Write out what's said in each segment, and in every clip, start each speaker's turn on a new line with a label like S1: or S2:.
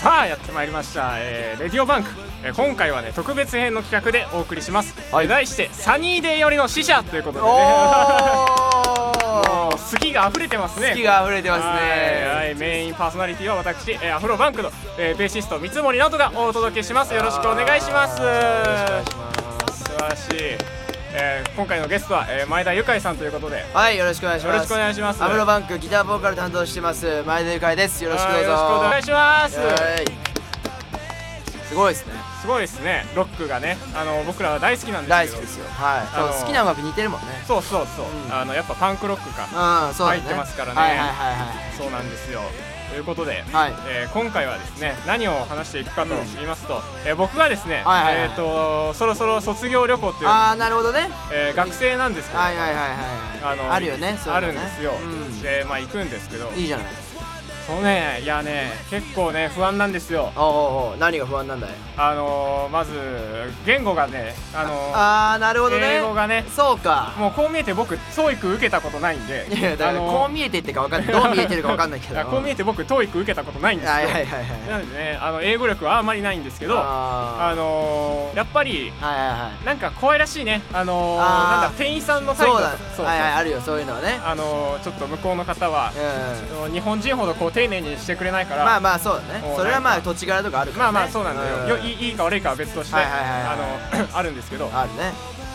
S1: さあやってまいりました、えーレディオバンク、えー今回はね特別編の企画でお送りします、
S2: はい
S1: えー題してサニーデーよりの死者ということでね も
S2: お
S1: う好きが溢れてますね
S2: 好きが溢れてます
S1: はいは
S2: ね
S1: いメインパーソナリティは私、えーアフロバンクの、えーベーシスト三森直人がお届けしますよろしくお願いします
S2: よろしくお
S1: 素晴らしい、えー今回のゲストは、えー前田ゆかいさんということで
S2: はいよろしくお願いします
S1: よろしくお願いします
S2: アムロバンクギターボーカル担当してます前田ゆかいですよろしく
S1: あ
S2: どう
S1: ー
S2: ぞ
S1: よろしくお願いします
S2: はいすごいですね
S1: すごいですねロックがねあの僕らは大好きなんですけど
S2: 大好きですよはい
S1: あのー
S2: そう好きな音楽似てるもんね
S1: そうそうそう、
S2: うん
S1: あのやっぱパンクロックか
S2: うんそうだね
S1: 入ってますからね
S2: はいはい
S1: そうなんですよということで、
S2: はいはいはい
S1: えー今回はですね何を話していくかと言いますと、えー僕がですね、
S2: はいはいは
S1: え
S2: い
S1: ー、とそろそろ卒業旅行っていう、
S2: ああなるほどね
S1: えー学生なんですけど、
S2: はいはいはいはいあるよねそう
S1: あ
S2: いう
S1: る
S2: の
S1: ん
S2: ね
S1: ですよ、でまあ行くんですけど
S2: うんいいじゃない
S1: そうねいやね結構ね不安なんですよ
S2: おうおうおう何が不安なんだい
S1: あのーまず言語がねあのー
S2: ああなるほどね
S1: 英語がね
S2: そうか
S1: もうこう見えて僕 TOEIC 受けたことないんで
S2: いやだからこう見えてってか わかんないどう見えてるかわかんないけど
S1: やこう見えて僕 TOEIC 受けたことないんですよ
S2: はいはいはいはい
S1: なのでねあの英語力はあんまりないんですけどあ
S2: あ
S1: のーやっぱり
S2: ーはいはいはい
S1: なんか怖いらしいねあのー
S2: あー
S1: なんだ店員さんの態度
S2: そう
S1: と
S2: だ
S1: かそう
S2: はいはいあるよそういうのはね
S1: あのーちょっと向こうの方は
S2: う、ん
S1: あの日本人ほどこう丁寧にしてくれないから
S2: まあまあそうだ
S1: もう
S2: ねそれはま
S1: なん
S2: あ土地柄とかあるか
S1: ま
S2: ら
S1: あ
S2: ね
S1: まあそうなんだよ,、よい
S2: い
S1: いいいか悪いかは別として、
S2: はいはいはい
S1: あの あるんですけど
S2: あるね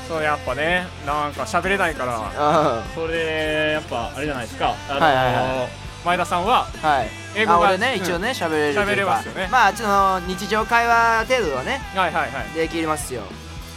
S1: そうやっぱねなんか喋れないから
S2: あ
S1: それでやっぱあれじゃないですか、あのー
S2: はいはいは
S1: 前田さんは
S2: ーはい
S1: 英語が
S2: あ俺ね
S1: うん
S2: 一応ね喋れるというか
S1: 喋れますよね
S2: まああっちの日常会話程度はね
S1: はいはいはい
S2: できますよ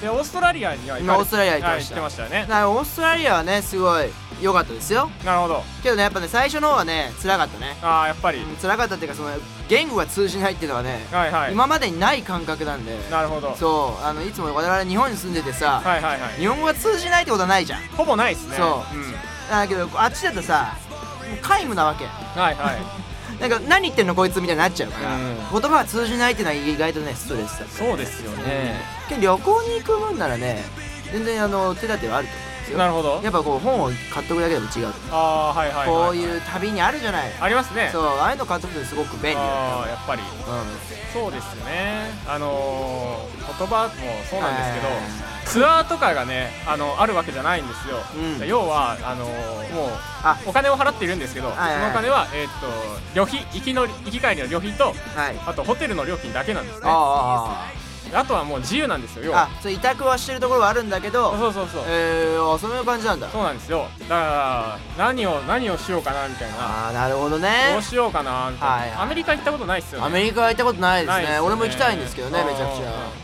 S1: でオーストラリアには行
S2: 今
S1: か
S2: オ
S1: れ
S2: ーストラリア行って
S1: は
S2: ま
S1: い
S2: し
S1: 行ったてましたよね
S2: なオーストラリアはねすごい良かったですよ
S1: なるほど
S2: けどねやっぱね最初の方はね辛かったね
S1: ああやっぱり
S2: うん辛かったっていうかその言語が通じないっていうのはね
S1: はいはい
S2: 今までにない感覚なんで
S1: なるほどはい
S2: そうあのいつも我々日本に住んでてさ、
S1: はいはい
S2: 日本語が通じないってことはないじゃん
S1: ほぼないですね、
S2: そうんだけどあっちだとさもう皆無なわけ
S1: はいはい
S2: なんか何言ってんのこいつみたいになっちゃうから、
S1: うん
S2: 言葉が通じないってのは意外とねストレスだ
S1: そうですよね
S2: けど旅行に行く分ならね全然あの手立てはあると思うんですよ
S1: なるほど
S2: やっぱこう本を買っとくだけでも違う、
S1: ああーはいはいは
S2: こういう旅にあるじゃない
S1: ありますね
S2: そうああいうの買っとくとすごく便利だよ
S1: ああやっぱり
S2: うん
S1: そうですよねあのー、言葉もそうなんですけど
S2: はい
S1: ツアーとかがねあのあるわけじゃないんですよ、
S2: うん
S1: 要はあのーもう
S2: あ
S1: お金を払っているんですけど、
S2: はいはい
S1: そのお金は、えーっと旅費行きの行き帰りの旅費と
S2: はい
S1: あとホテルの料金だけなんですねあ
S2: あ
S1: とはもう自由なんですよ
S2: あ
S1: 要は
S2: あそう委託はしてるところはあるんだけど
S1: そうそうそう、
S2: えー、あそういう感じなんだ
S1: そうなんですよだから何を何をしようかなみたいな
S2: ああなるほどね
S1: どうしようかなみたいな、
S2: はいはい
S1: アメリカ行ったことないっすよね
S2: アメリカは行ったことないです
S1: ない
S2: ね
S1: っすよね
S2: 俺も行きたいんですけどねめちゃくちゃ
S1: うん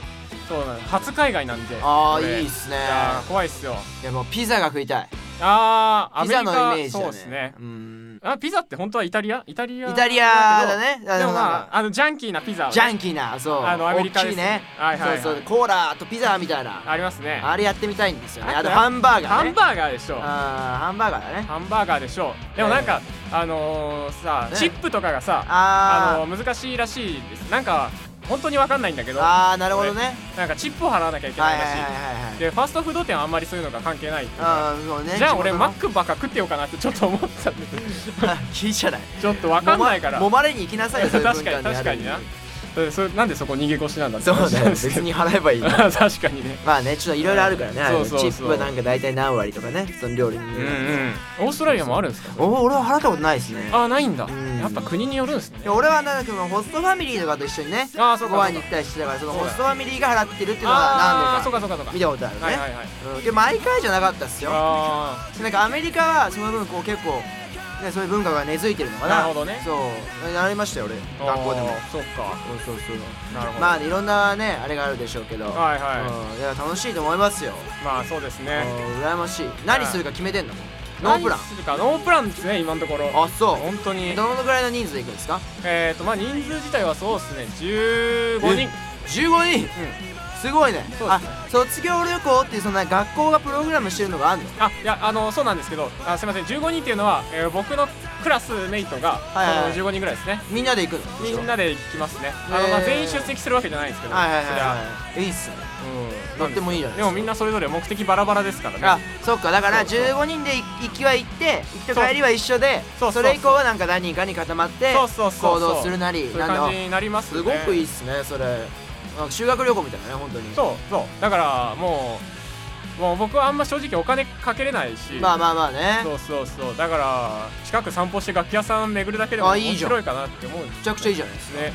S1: そうなんです初海外なんで
S2: ああ
S1: こ
S2: い
S1: れ
S2: いっすね
S1: いやー怖いっすよ
S2: いやもうピザが食いたい
S1: あーア
S2: ピ
S1: メリ
S2: ザ
S1: カ
S2: のイメージだね
S1: そうですね
S2: うん
S1: あピザって本当はイタリアイタリア
S2: イタリアだ
S1: け
S2: ね
S1: どでもま
S2: なんか
S1: ああのジャンキーなピザ
S2: ジャンキーなそう
S1: あのアメリカ
S2: 大
S1: で
S2: き
S1: す
S2: いね
S1: はいはいはい
S2: そうそうコーラとピザみたいな
S1: ありますね
S2: あれやってみたいんですよね
S1: あ
S2: あ
S1: と
S2: とハンバーガー
S1: ハ
S2: ね
S1: ンバーガーでしょう
S2: あーハンバーガーだね
S1: ハンバーガーでしょうでもなんか、あのーさ
S2: ね
S1: チップとかがさあの
S2: あ
S1: ー難しいらしいですなんか本当にわかんないんだけ
S2: ー
S1: どな
S2: あーなるほどね
S1: んかチップを払わなきゃいけ
S2: は
S1: ないい
S2: は
S1: ら
S2: い
S1: しい、
S2: はいはいはい
S1: でファストフード店はあんまりそういうのが関係ないっていうか
S2: あーそうね
S1: じゃあ俺
S2: 地
S1: マ
S2: 元
S1: ック
S2: の
S1: ばっか食ってようかなってちょっと思ったんで
S2: いいじゃない
S1: ちょっとわかんないから
S2: もま揉まれに行きなさいよそういう
S1: 確
S2: 文
S1: かに
S2: 化
S1: 確
S2: あ
S1: か
S2: る
S1: になうんそれなんでそこ逃げ腰なんだって
S2: そう
S1: 話
S2: だ
S1: な
S2: よ
S1: んですけ
S2: 別
S1: ど
S2: に払えばいいの
S1: 確かにね
S2: まあねちょっといろいろあるからねあ
S1: そうそ
S2: の
S1: うそう
S2: チップはなんか大体何割とかねその料理に、
S1: うんうんオーストラリアもあるんですか
S2: お俺は払ったことないですね
S1: あーないんだ
S2: うん
S1: やっぱ国によるんですね
S2: いや俺はなんかそのホストファミリーとかと一緒にね
S1: あーそうか
S2: ご飯に行ったりしてたからその
S1: そうだ
S2: ホストファミリーが払ってるっていうの
S1: あ
S2: は
S1: あそう
S2: 何度か
S1: かそうかそうか
S2: 見たことあるね、
S1: はいはいはい
S2: うん、で毎回じゃなかったっすよ
S1: あ
S2: なんかアメリカはその分こう結構、ね、そういう文化が根付いてるのかな
S1: なるほどね
S2: そうなりましたよ俺
S1: あ
S2: 学校でも
S1: あーそっか
S2: そうそうそう
S1: なるほど
S2: まあいろんなねあれがあるでしょうけど
S1: はいは
S2: うん、いや楽しいと思いますよ、
S1: いまあそうです
S2: う
S1: ね
S2: ん羨ましい何するか決めてんのノープラン
S1: 何するかノープランですね今のところ
S2: あそう
S1: 本当に
S2: どのぐらいの人数で行くんですか
S1: えっとまあ人数自体はそうですね15人
S2: 15人、すごいね
S1: そうで
S2: あ
S1: すね
S2: 卒業旅行っていうそんな学校がプログラムしてるのがあるの
S1: あいやあのそうなんですけどあすいません15人っていうのは、えー僕のクラスメイトが、
S2: いはいはい
S1: その15人ぐらいですね
S2: みんなで行くの
S1: みんなで行きますね
S2: ー
S1: あの、まあ、全員出席するわけじゃないんですけど、
S2: はいはいはい
S1: そりゃ
S2: はいいいっすね
S1: うん
S2: とってもいいじゃない
S1: でもみんなそれぞれ目的バラバラですからね
S2: あそっかだから
S1: そうそう
S2: 15人で行きは行って行き
S1: そ
S2: と
S1: う
S2: 帰りは一緒で
S1: そうそうそう
S2: れ以降はなんか何人かに固まって
S1: そうそうそうそう
S2: 行動するなり
S1: そういう
S2: なんだ
S1: 感じになります
S2: す
S1: よ
S2: ご
S1: ね
S2: くいいっすねそれなんか修学旅行みたいなね本当に
S1: そうそうだからもうもう僕はあんま正直お金かけれないし
S2: まあまあまあね
S1: そうそうそうだから近く散歩して楽器屋さん巡るだけでも
S2: あいい
S1: 面
S2: じゃん
S1: 白いかなって思うんで
S2: めちゃくちゃいいじゃない
S1: すね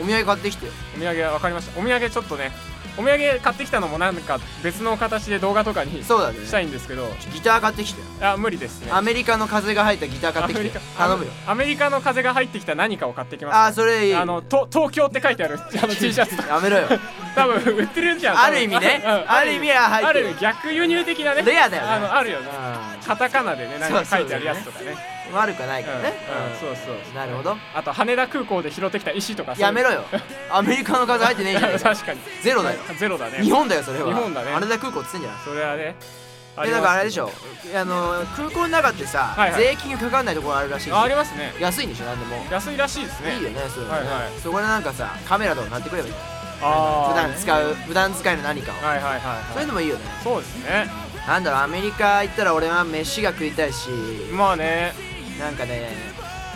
S2: お土産買ってきてよ
S1: お土産分かりましたお土産ちょっとねお土産買ってきたのもなんか別の形で動画とかにし
S2: そうだね
S1: たいんですけど
S2: ギター買ってきてよ
S1: あ無理ですね
S2: アメリカの風が入ったギター買ってきてよ頼むよ
S1: アメリカの風が入ってきた何かを買ってきます
S2: あーそれいい
S1: あのと東京って書いてあるあの T シャ ツとか
S2: やめ ろよ
S1: 多分売ってるんじゃん
S2: ある意味ね
S1: 多分うん
S2: ある意味は入っ
S1: あ
S2: て
S1: る
S2: る
S1: 意味逆輸入的なね
S2: レアだよね
S1: あのあるよね
S2: あ
S1: カタカナでね何か書いてあるやつとかね
S2: ー悪くはない
S1: うん
S2: からね
S1: うん
S2: うん
S1: そうそう
S2: なるほど
S1: あと羽田空港で拾ってきた石とかそういう
S2: やめろよアメリカの風入ってねえじゃねえ か
S1: 確かに
S2: ゼロだよ
S1: ゼロだね
S2: 日本だよそれは
S1: 日本だね
S2: 羽田空港っつってんじゃない
S1: それはね
S2: え
S1: りま
S2: だ
S1: す
S2: からあれでしょあの空港の中ってさ、
S1: はいはい
S2: 税金がかかんないところあるらしいんです
S1: あ
S2: よ
S1: ありますね
S2: 安いんでしょなんでも、
S1: 安いらしいですね
S2: いいよねそういうのね、
S1: はいはい
S2: そこでなんかさカメラとか買ってくればいいじゃん
S1: あ
S2: 普
S1: ー
S2: 段使う普段使いの何かを、
S1: はいはいはい
S2: そう
S1: はい
S2: いうのもいいよね
S1: そうですね
S2: なんだろうアメリカ行ったら俺は飯が食いたいし
S1: まあね
S2: なんかね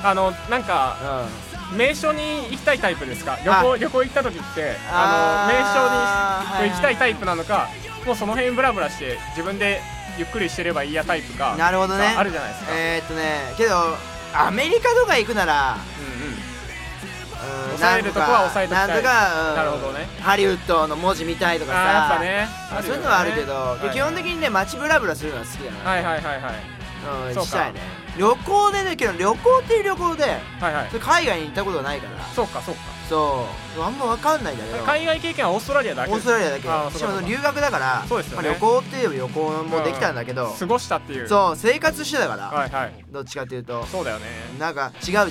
S1: あのなん
S2: う
S1: か
S2: んあ
S1: 名所に行きたいタイプですか旅行旅行行った時って
S2: あ
S1: あの名
S2: ー
S1: 所に行きた
S2: はい
S1: いタイプなのかもうその辺ブラブラして自分でゆっくりしてればいいやタイプか
S2: なるほどね
S1: あるじゃないですか、
S2: えー、っとねけどアメリカとか行くならうん
S1: 抑えるとこは抑えときたい
S2: なんとか、うん
S1: なるほどね
S2: ハリウッドの文字見たいと
S1: うん
S2: か
S1: うん
S2: さ
S1: あーやっぱね
S2: まあ
S1: るよね
S2: そういうのはあるけど、で
S1: はい
S2: 基本的にね街ブラブラするのは好きだな、
S1: はいはいはいはい
S2: うん
S1: そうか
S2: したいね旅行でねけど旅行っていう旅行で
S1: はいはい
S2: それ海外に行ったことないから
S1: そうかそうか
S2: そうあんま分かんないんだけど
S1: 海外経験はオーストラリアだけ
S2: オーストラリアだけ
S1: あー
S2: し
S1: そ
S2: か
S1: うかそう
S2: もその
S1: か
S2: 留学だから
S1: そうですよね
S2: まあ、旅行っていえば旅行もできたんだけど、
S1: 過ごしたっていう
S2: そう生活してたから、
S1: はいはい
S2: どっちかっていうと
S1: そうだよね
S2: なんか違うじゃ
S1: う
S2: ん
S1: ん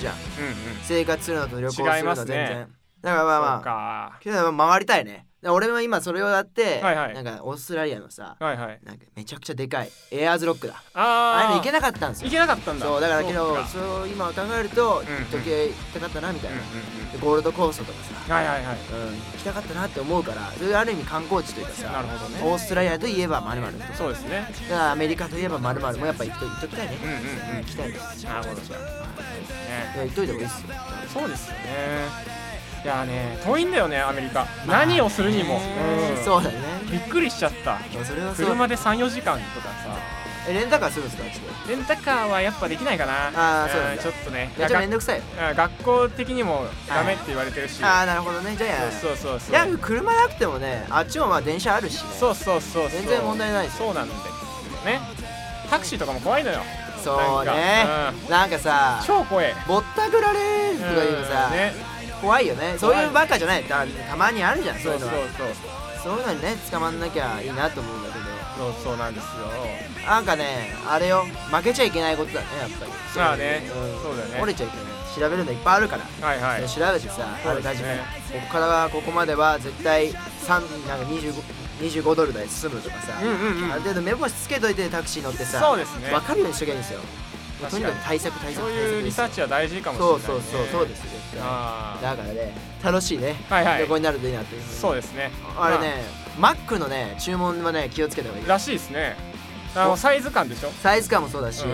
S1: うん
S2: 生活するのと旅行する
S1: 違い
S2: の
S1: ま
S2: 全
S1: す
S2: 然、
S1: ね
S2: だからまあまあ
S1: そうか
S2: けどまあ回りたいねだから俺も今それをやって、
S1: はいはい
S2: なんかオーストラリアのさ
S1: はいはい
S2: なんかめちゃくちゃでかいエアーズロックだあ
S1: あ
S2: あ
S1: あ
S2: れ行けなかったんですよ
S1: 行けなかったんだ
S2: そうだからけど
S1: そうか
S2: そう今考えると
S1: んうん
S2: 時計行きたかったなみた
S1: う
S2: い
S1: ん
S2: な、
S1: うん
S2: でゴールドコーストとか
S1: うん
S2: さ、
S1: はいはいはい
S2: うん、行きたかったなって思うからそれある意味観光地というかさ
S1: なるほどね
S2: オーストラリアといえばまるまるだか
S1: そうですね
S2: らアメリカといえばまるまるもやっぱ行っと行っときたいね、
S1: うんうんうん
S2: 行きたいです
S1: なるほどじゃあ
S2: いや行っといた方がいいっすよ
S1: ねそうですよねいやーね遠いんだよねアメリカ何をするにもうん
S2: そうだね
S1: びっくりしちゃった
S2: でもそれはそう
S1: 車で34時間とかさ
S2: えレンタカーするんですかうちで
S1: レンタカーはやっぱできないかな
S2: あーそうなん
S1: ん
S2: だ
S1: ちょっとね
S2: めっちゃめんどくさいよ
S1: うん学校的にもダメって言われてるし
S2: ああなるほどねじゃあやらない
S1: そうそうそう
S2: いや車なくてもねあっちもまあ電車あるしね
S1: そうそうそうそう
S2: 全然問題ないですよ
S1: そうなんですよねタクシーとかも怖いのよ
S2: そうね
S1: なんか
S2: なんかさ
S1: 超怖い
S2: ぼったくられるとかいうのさ、
S1: うんね
S2: 怖いよねそういうバカじゃないたたまにあるじゃんそう
S1: そ
S2: いうう
S1: そ
S2: の
S1: うそう
S2: はそういうのにね捕まんなきゃいいなと思うんだけど
S1: そうそうなんですよ
S2: なんかねあれよ負けちゃいけないことだねやっぱり
S1: まあねそうだよね
S2: 折れちゃいけない調べるのいっぱいあるから
S1: はいはい
S2: 調べてさ、あ
S1: そう
S2: れ
S1: で
S2: だ
S1: す
S2: じ
S1: ね
S2: ここからはここまでは絶対3なんか 25, 25ドル台進むとかさ、
S1: うんうんうん
S2: ある程度目星つけといてタクシー乗ってさ
S1: そうですね
S2: 分かるようにしときゃいいんですよと
S1: 確
S2: に
S1: か
S2: か
S1: に
S2: く対策対策
S1: そういうリサーチは大事かもしれ
S2: そ
S1: ないうね
S2: そうそうそうですよ絶対
S1: あ
S2: だからね楽しいね、
S1: はいはい
S2: 旅行になるといいなっていうふう
S1: あ
S2: に
S1: そうですね
S2: あれね、マックのね注文はね気をつけた方がいい
S1: まあらしいですねあの
S2: お
S1: サイズ感でしょ
S2: サイズ感もそうだし、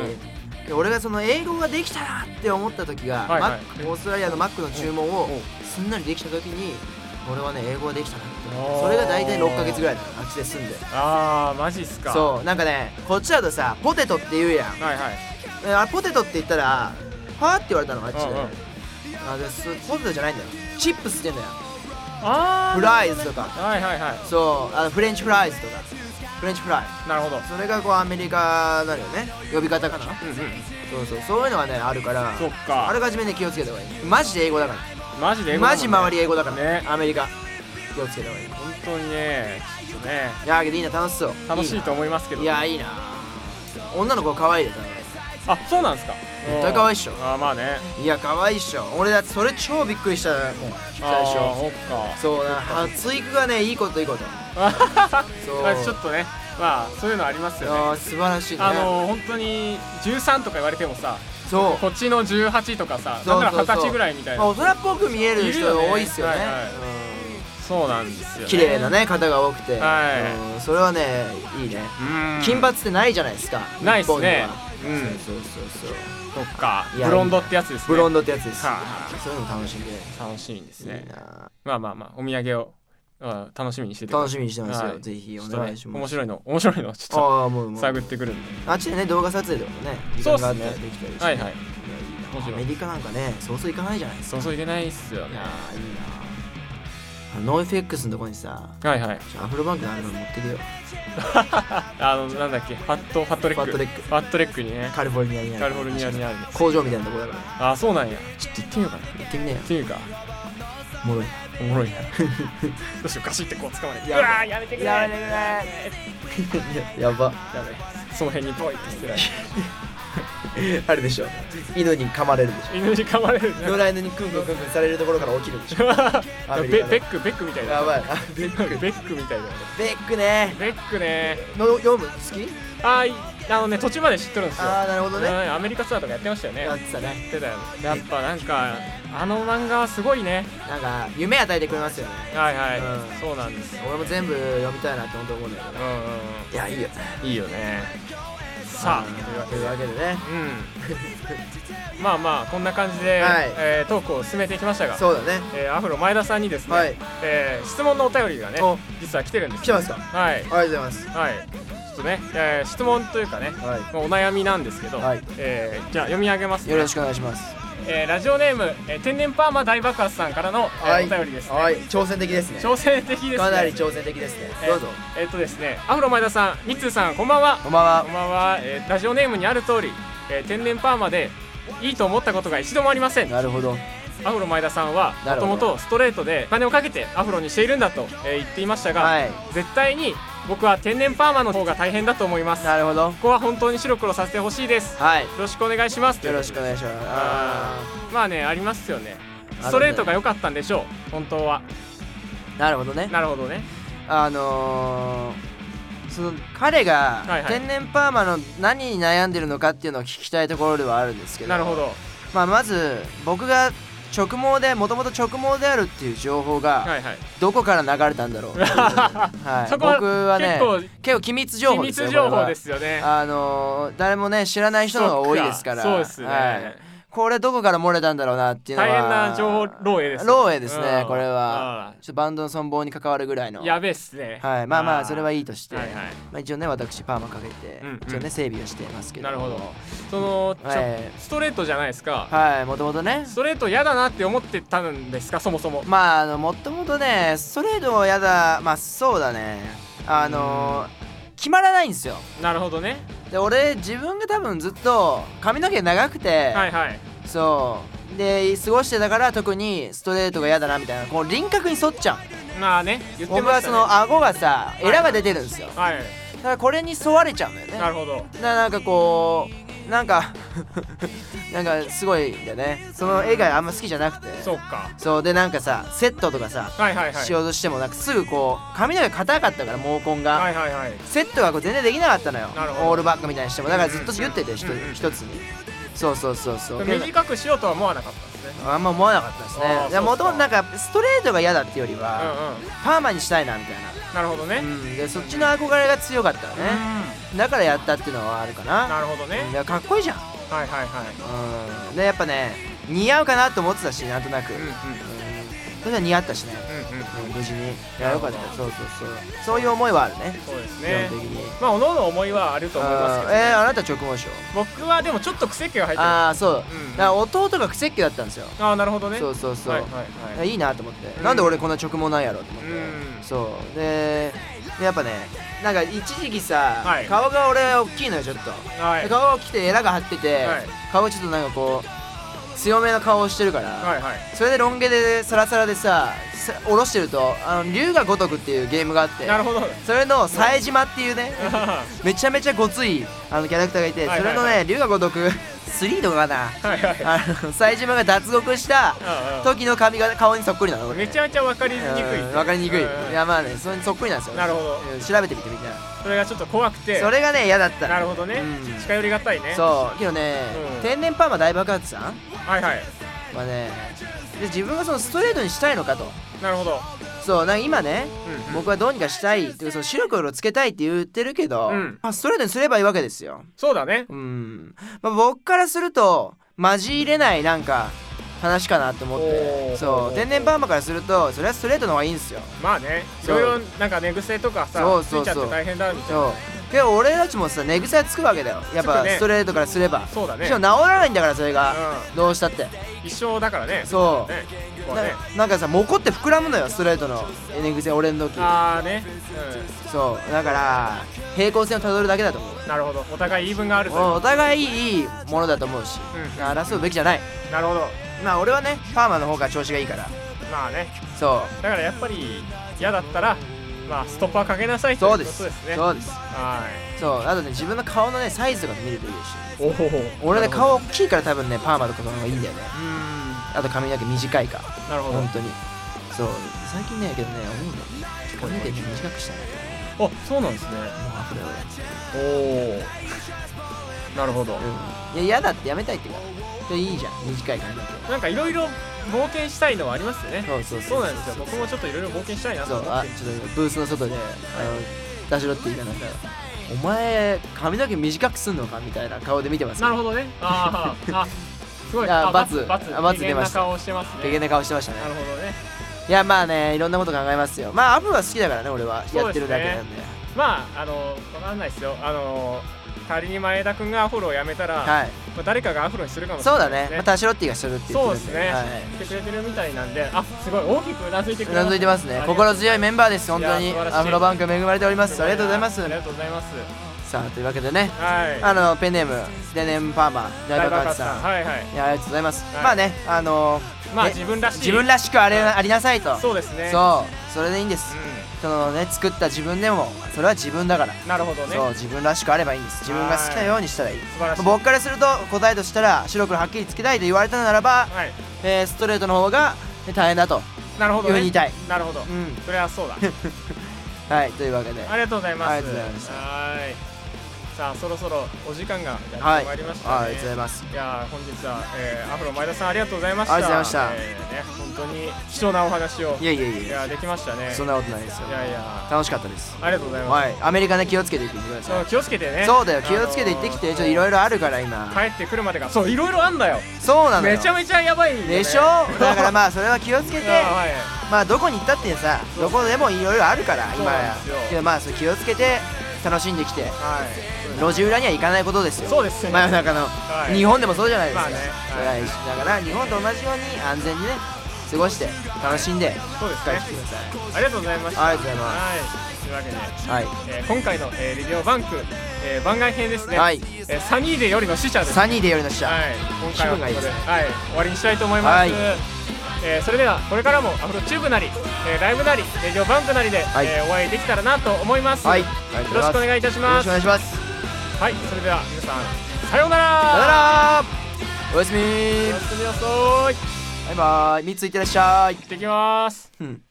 S1: う
S2: 俺がその英語ができたなって思った時が、
S1: はいはい
S2: マックオーストラリアのマックの注文
S1: お
S2: を
S1: う
S2: すんなりできた時に俺はね英語ができたなって思っ
S1: おー
S2: たそれが大体6ヶ月ぐらいだなあっちで住んで
S1: ああマジっすか
S2: そうなんかねこっちだとさポテトって言うやん
S1: はいはい
S2: えあポテトって言ったら「は?」って言われたのあっちで、
S1: うんうん
S2: あでそポテトじゃないんだよチップスって言うんだよ
S1: ああ
S2: フライズとか
S1: はいはいはい
S2: そうあのフレンチフライズとかフレンチフライ
S1: なるほど
S2: それがこうアメリカなのよね呼び方かな
S1: うんうん
S2: そうそうそういうのはねあるから
S1: そっか
S2: あらかじめね気をつけた方がいいマジで英語だか
S1: マジで英
S2: ら
S1: 語だもん
S2: マ
S1: ね
S2: ジ周り英語だから
S1: ね
S2: アメリカ気をつけた方がいい
S1: 本当にねちょっとね
S2: いやーけどいいな楽しそう
S1: 楽しいと
S2: 思
S1: 思いますけ
S2: う
S1: ど
S2: いやーいいな女の子可愛いで
S1: あそうなんですか
S2: 絶対可愛いっしょ
S1: あーまあね
S2: いや可愛いっしょ俺だってそれ超びっくりしたもんしたでし
S1: あー
S2: ょ
S1: そっか
S2: そうなあ追育がねいいこといいことそう
S1: まあ ちょっとねまあそういうのありますよね
S2: あー素晴らしいね
S1: あのー本当に13とか言われてもさ
S2: そう
S1: こっちの18とかさ
S2: そ
S1: な
S2: うん
S1: なら
S2: そう
S1: 二
S2: そう
S1: 十歳ぐらいみたい
S2: まあ
S1: な
S2: 大人っぽく見える
S1: いる
S2: 人
S1: よね
S2: 多いっすよね
S1: はいはいそうなんですよ
S2: うん
S1: ね
S2: 綺麗なね方が多くて
S1: はい
S2: うんそれはねいいね
S1: うん
S2: 金髪ってないじゃないですか
S1: ないっすね
S2: 日本にはそうそうそうそう
S1: そっか
S2: いや
S1: ブロンドってやつですね
S2: ブロン
S1: ド
S2: ドってやつです
S1: はいはい
S2: そういうの楽しみで
S1: 楽しみです
S2: いい
S1: ね
S2: な
S1: まあまあまあお土産をうん楽しみにしてて
S2: 楽しみにしてます
S1: は
S2: よ
S1: い
S2: ぜひ
S1: ち
S2: お
S1: ょっとね
S2: 願いしま
S1: 面
S2: す
S1: 白いの 面白いのちょっ
S2: ああもう
S1: と
S2: もう
S1: 探ってくるんで
S2: あっちでね動画撮影とかもね時
S1: そう
S2: 間
S1: っす
S2: が
S1: ね
S2: あったらできたりして
S1: はいはい
S2: い
S1: も
S2: な
S1: ちろん
S2: アメリカなんかねそうそう行かないじゃないですか
S1: そうそういけないっすよ
S2: い
S1: ね
S2: やーいいなあのノーフェックスのとこにさ
S1: はいはい
S2: ちょアフロバンクのアルバム持ってくよ
S1: あのなんだっけファットファットレック
S2: ファットレック
S1: ファットレックにね
S2: カリフォルニアにある
S1: カリフォルニアにあるね
S2: 工場みたいなとこだから
S1: あそうなんやちょっと行ってみようかな行
S2: 行ってみなよ
S1: ってみるか
S2: おもろい
S1: おもろ いなどうしようガシってこう掴まれてう
S2: や
S1: わ
S2: ばい
S1: ーやめてくれ
S2: や
S1: や
S2: め
S1: べ
S2: てくれやば
S1: その辺にポイって捨てられる
S2: あれでしょ犬に噛まれるでし
S1: 犬に噛まれる
S2: ょ野良犬にクンクンクンクンされるところから起きるんでしょアメ
S1: ベ
S2: リカ
S1: ベックベックみたいだ
S2: やばいあベ
S1: ベッ
S2: ッ
S1: ク
S2: ク
S1: ベックみたいだよね
S2: ベックね
S1: ベックね
S2: の読む好き
S1: あーいあのね途中まで知ってるんですよ
S2: ああなるほどね
S1: うんアメリカツアーとかやってましたよね
S2: や
S1: や
S2: っ
S1: って
S2: たね
S1: てたよねやっぱなんかあの漫画はすごいね
S2: なんか夢与えてくれますよね
S1: はいはい、
S2: うん
S1: そうなんですよ
S2: 俺も全部読みたいなって本当思うんだけ
S1: う
S2: ど
S1: んうん
S2: いやいいよ
S1: うんいいよねさあというわ
S2: と
S1: け
S2: いう
S1: で
S2: わけでね
S1: うんまあまあこんな感じで、
S2: はい
S1: えートークを進めていきましたが、
S2: そうだね
S1: えーアフロ前田さんにですね、
S2: はい
S1: えー質問のお便りがね
S2: お
S1: 実は来てるんです
S2: 来てますか
S1: はい
S2: ありがとうございます
S1: はいちょっとね、えー質問というかね、
S2: はい
S1: まあお悩みなんですけど、
S2: はい
S1: えーじゃあ読み上げます、ね、
S2: よろしくお願いします
S1: えーラジオネーム、えー天然パーマ大爆発さんからの、えーお便りですね、
S2: はい挑戦的ですね
S1: 挑戦的ですね
S2: かなり挑戦的ですね
S1: えー
S2: どうぞ
S1: えーっとですねアフロ前田さんミッツーさんこんばんは
S2: こんばんは
S1: こんばんは、えーラジオネームにある通り、えー天然パーマでいいと思ったことが一度もありません
S2: なるほど
S1: アフロ前田さんはも
S2: な
S1: と
S2: るほど
S1: もとストレートでお金をかけてアフロにしているんだと、えー言っていましたが、
S2: はい
S1: 絶対に僕は天然パーマの方が大変だと思いますこ
S2: なるほど
S1: こは本当に白黒させてほしいですよ
S2: はい
S1: ろしくお願いします
S2: よろしくお願いします
S1: あ
S2: あ
S1: ーまあねありますよね
S2: るね
S1: ストレートが良かったんでしょう本当は
S2: ーなるほどね
S1: なるほどね
S2: あのーその彼が
S1: はいはい
S2: 天然パーマの何に悩んでるのかっていうのを聞きたいところではあるんですけど
S1: なるほど
S2: まあ、まず僕が直毛でもともと直毛であるっていう情報が
S1: はいはい
S2: どこから流れたんだろうって いう、はい、
S1: そこは
S2: 僕はね
S1: 結
S2: 結構機密
S1: 構
S2: 情
S1: 秘
S2: 報ですよ
S1: 密情
S2: これ
S1: 報
S2: は
S1: ですよね
S2: あのー誰もね知らない人の方が多いですから
S1: そっそうですね、
S2: はいこれどこから漏れたんだろうなっていうのは
S1: 大変な情報漏洩ですね
S2: 漏洩ですね、
S1: うん
S2: これは
S1: うん
S2: ちょっとバンドの存亡に関わるぐらいの
S1: やべえっすね
S2: はい、まあまあそれはいいとして、
S1: はいはい
S2: まあ、一応ね私パーマかけて、
S1: うんうん
S2: 一応ね整備はしてますけど
S1: なるほどその、ちょ
S2: え
S1: ストレートじゃないですか、
S2: はいもともとね
S1: ストレート嫌だなって思ってたんですかそもそも
S2: まああのもともとねストレートをやだまあそうだねあの決まらないんですよ
S1: なるほどね
S2: で俺自分が多分ずっと髪の毛長くて、
S1: はいはい
S2: そうで過ごしてたから特にストレートが嫌だなみたいなこう輪郭に沿っちゃう、
S1: まあね言って
S2: 僕
S1: ま
S2: は
S1: した
S2: そ
S1: ね
S2: の顎がさエラが出てるんですよ、
S1: はい
S2: だからこれに沿われちゃうんだよね
S1: なるほど
S2: ななんかこうなんか なんかすごいんだよねその絵があんま好きじゃなくて
S1: そっか
S2: そうでなんかさセットとかさ
S1: はいはいはい
S2: しようとしてもなんかすぐこう髪の毛硬かったから毛根が、
S1: はいはいはい
S2: セットがこう全然できなかったのよ
S1: なるほど
S2: オールバックみたいにしてもだからずっと言ってて、ひと
S1: うんうんうん
S2: 一つにそうそうそうそうけど
S1: 短くしようとは思わなかったんですね
S2: あんま思わなかったです
S1: あー
S2: ねいや
S1: そうっ
S2: も
S1: すか
S2: ともとなんかストレートが嫌だってより
S1: う
S2: は、
S1: んうん
S2: パーマにしたいなみたい
S1: な
S2: な、
S1: るほどね
S2: うん、でそっちの憧れが強かったの
S1: う
S2: ね、
S1: ん
S2: だからやったっていうのはあるかな
S1: なるほどね
S2: うんいやかっこいいじゃん
S1: はいはいはい
S2: うんでやっぱね似合うかなと思ってたしなんとなく、
S1: う
S2: うんん
S1: うん
S2: それは似合ったしね、
S1: うんうん
S2: うん無事にいやよかったそうそうそうそういう思いはあるね
S1: そうです
S2: 基
S1: ね
S2: 本的に、
S1: まあおのの思いはあると思いますけ
S2: あ
S1: ど
S2: ー
S1: ね
S2: えー、あなた直毛でしょ
S1: 僕はでもちょっと癖毛が入ってる
S2: ああそう、
S1: うん
S2: だから弟がクセっ気だったんですよ、
S1: ああなるほどね
S2: そうそうそう、
S1: はい
S2: い
S1: はいはい
S2: い、なと思って、
S1: うん
S2: なんで俺こんな直毛なんやろと思って、
S1: うん
S2: そうででやっぱねなんか一時期さ、
S1: はい
S2: 顔が俺大きいのよちょっと、
S1: はい
S2: で顔が大きくてエラが張ってて、
S1: はい
S2: 顔ちょっとなんかこう強めの顔をしてるから、
S1: はいはい
S2: それでロン毛でサラサラでさす下ろしてるとあの龍が如くっていうゲームがあって
S1: なるほど
S2: それの冴島っていうね
S1: は
S2: めちゃめちゃごついあのキャラクターがいて
S1: はい
S2: そ
S1: は
S2: れ
S1: い
S2: の
S1: は
S2: ね龍が如く3とかかない
S1: はい
S2: あの冴島が脱獄した
S1: うん
S2: 時の髪型顔にそっくりなの
S1: う
S2: こ
S1: ん
S2: れ
S1: めちゃめちゃ分かりにくい
S2: うんわかりにくい
S1: うん
S2: いやまあねそれにそっくりなんですよ
S1: なるほど
S2: うん調べてみてみたいな
S1: それがちょっと怖くて
S2: それがね嫌だった
S1: なるほどね
S2: うん
S1: 近寄りがたいね
S2: そうけどね
S1: うん
S2: 天然パーマ大爆発さん
S1: はいはい
S2: はねで自分がそのストレートにしたいのかと
S1: なるほど
S2: そうなんか今ね
S1: うん
S2: 僕はどうにかしたいっていうその視力をつけたいって言ってるけど、
S1: うん
S2: まあ、ストレートにすればいいわけですよ
S1: そうだね
S2: うん、まあ、僕からすると混じれないなんか話かなと思っ
S1: おー
S2: てそう天然パーマからするとそれはストレートの方がいいんですよ
S1: まあねい
S2: そう
S1: ろいろなんか寝癖とかさ
S2: そう
S1: つ
S2: そ
S1: いうちゃ
S2: そう
S1: って大変だみたいな
S2: そうけど俺たちもさ寝癖はつくわけだよや
S1: つ
S2: っ
S1: く
S2: ぱ
S1: ね
S2: ストレートからすれば、
S1: そうだね
S2: しかも治らないんだからそれが、
S1: う
S2: どうしたって
S1: ん一生だからね
S2: そう、
S1: ねここは
S2: な
S1: ね
S2: なんかさモコって膨らむのよストレートの寝癖俺の時
S1: ああね
S2: そうだから平行線をたどるだけだと思う
S1: うんなるほどお互い言い分があると
S2: おお互いいいものだと思うし、
S1: うん
S2: 争うべきじゃない
S1: なるほど
S2: まあ俺はねパーマの方が調子がいいから
S1: まあね
S2: そ
S1: だからやっぱり嫌だったらまあストッパーかけなさいうとい
S2: そう
S1: うこ
S2: です
S1: とですね
S2: そうです
S1: は
S2: そうあとね自分の顔のねサイズとか見るといいし
S1: いおお
S2: 俺ね顔大きいから多分ねパーマとかの方がいいんだよね
S1: うーん
S2: あと髪の毛短いか
S1: なるほど
S2: 本当にそう最近ねけどね思うんだよね髪の毛短くしたい
S1: あそうなんですね
S2: なもうアフロよ
S1: おおなるほど
S2: うんいや嫌だってやめたいってからでいいじゃん短い髪の毛
S1: なんかいろいろ冒険したいのはありますよね
S2: そうそう
S1: そ
S2: そうう
S1: なんですよ僕もちょっといろいろ冒険したいな
S2: そ
S1: と
S2: う
S1: 思っ
S2: あ
S1: て
S2: ちょっとブースの外であの出しろって言いかなんかお前髪の毛短くすんのかみたいな顔で見てます
S1: なるほどねあー あすごい
S2: あ
S1: あ
S2: バツ
S1: バツ
S2: あバツ
S1: 機嫌
S2: 出ま
S1: な
S2: した
S1: 顔をしてますね
S2: けげな顔してましたね
S1: なるほどね
S2: いやまあねいろんなこと考えますよまあアフロは好きだからね俺はやってるだけなんで
S1: まああの分かんないですよあの仮に前田君がアフロをやめたら、
S2: はい
S1: まあ、誰かがアフロにするかもしれ
S2: そう
S1: な
S2: だ
S1: いです
S2: ね
S1: ね
S2: またシロッティがするって言っ
S1: そ
S2: て
S1: う
S2: る
S1: で
S2: ん
S1: す
S2: で
S1: ね、
S2: は
S1: してくれてるみたいなんであすごい大きくうなずいてく
S2: い
S1: れ
S2: うなずいてますね心強いメンバーです本当
S1: いや
S2: に
S1: 素晴らしい
S2: アフロバンク恵まれておりますありがとうございます
S1: ありがとうございます
S2: さあというわけでね
S1: はい
S2: あのペンネームデネームパーマ大
S1: 大
S2: 爆
S1: 爆
S2: 発
S1: 発
S2: さん
S1: はいはい
S2: いやありがとうございます
S1: はい
S2: まあねあの
S1: まあ
S2: ね
S1: 自分らしい
S2: 自分らしくあれありなさいと
S1: そうですね
S2: そうそれでいいんです、
S1: う
S2: そのね作った自分でもそれは自分だから、
S1: んなるほどね
S2: そう自分らしくあればいいんです自分が好きなようにしたらいい
S1: 素晴らしい
S2: 僕からすると答えとしたら白黒はっきりつけたいと言われたならば、
S1: はい
S2: えーストレートの方がえー大変だと
S1: なるほど
S2: いうふうに
S1: ね
S2: 言いたい、
S1: なるほど
S2: うん
S1: それは そうだ
S2: はいというわけで
S1: ありがとうございます
S2: ありがとうございました
S1: はーいさあそろそろお時間がやっ
S2: は
S1: て
S2: い
S1: ま
S2: あ
S1: いり
S2: りが
S1: ま
S2: と
S1: した
S2: う
S1: ね
S2: ございます
S1: いやー本日は、えーアフロ前田さんありがとうございました
S2: ありがとうございました
S1: えーね、本当に貴重なお話を
S2: いやいやいや
S1: い
S2: いや
S1: やーできましたね
S2: そんなことないですよ
S1: いやいや
S2: 楽しかったです
S1: ありがとうございます、
S2: はいアメリカね気をつけていってくだ
S1: そ
S2: さ
S1: う気をつけてね
S2: いそうだよ気をつけて行ってきてちょっといろ
S1: い
S2: いろあるから今、
S1: ろ帰ってくるまでがそういろいろあんだよ
S2: そうなのよ
S1: めちゃめちゃやばいよね
S2: でしょだからまあそれは気をつけ
S1: い
S2: て
S1: やはい
S2: まあどこに行ったってさどこでもいろいろあるから
S1: そう
S2: 今
S1: なん
S2: や
S1: ですよ
S2: けどまあそれ気をつけて楽しんできて
S1: はい
S2: 路地裏には行かないことですよ
S1: そうですよね
S2: 真夜中の、
S1: はい
S2: 日本でもそうじゃないです
S1: ま
S2: か、
S1: あね
S2: それは一緒だから日本と同じように安全にね過ごして楽しんで
S1: そうです
S2: 帰
S1: ね
S2: ってきてくだ
S1: ありがとうございました
S2: ありがとうございます
S1: はいというわけで、
S2: さいはい
S1: えー今回の、えー、レディオバンク、えー番外編ですね、
S2: はい
S1: えーサニーでよりの死者です
S2: サニーでよりの下、
S1: はい、今回はここ
S2: 気分がいい
S1: で
S2: ですね
S1: はい、終わりにしたいと思います、
S2: はい
S1: えーそれではこれからもアフロチューブなり、えーライブなりレディオバンクなりで、
S2: はい
S1: えーお会いできたらなと思います、
S2: はい
S1: よ
S2: ありがとうご
S1: ろ
S2: ざ
S1: しく
S2: い
S1: お
S2: ます
S1: 願いいたし
S2: よろ
S1: ま
S2: し
S1: す
S2: くお願いします
S1: はいそれでは皆さんさようなら
S2: さよならおやすみ
S1: おやすみなさい行
S2: バイバイ3ついってらっしゃい
S1: ってきます
S2: うん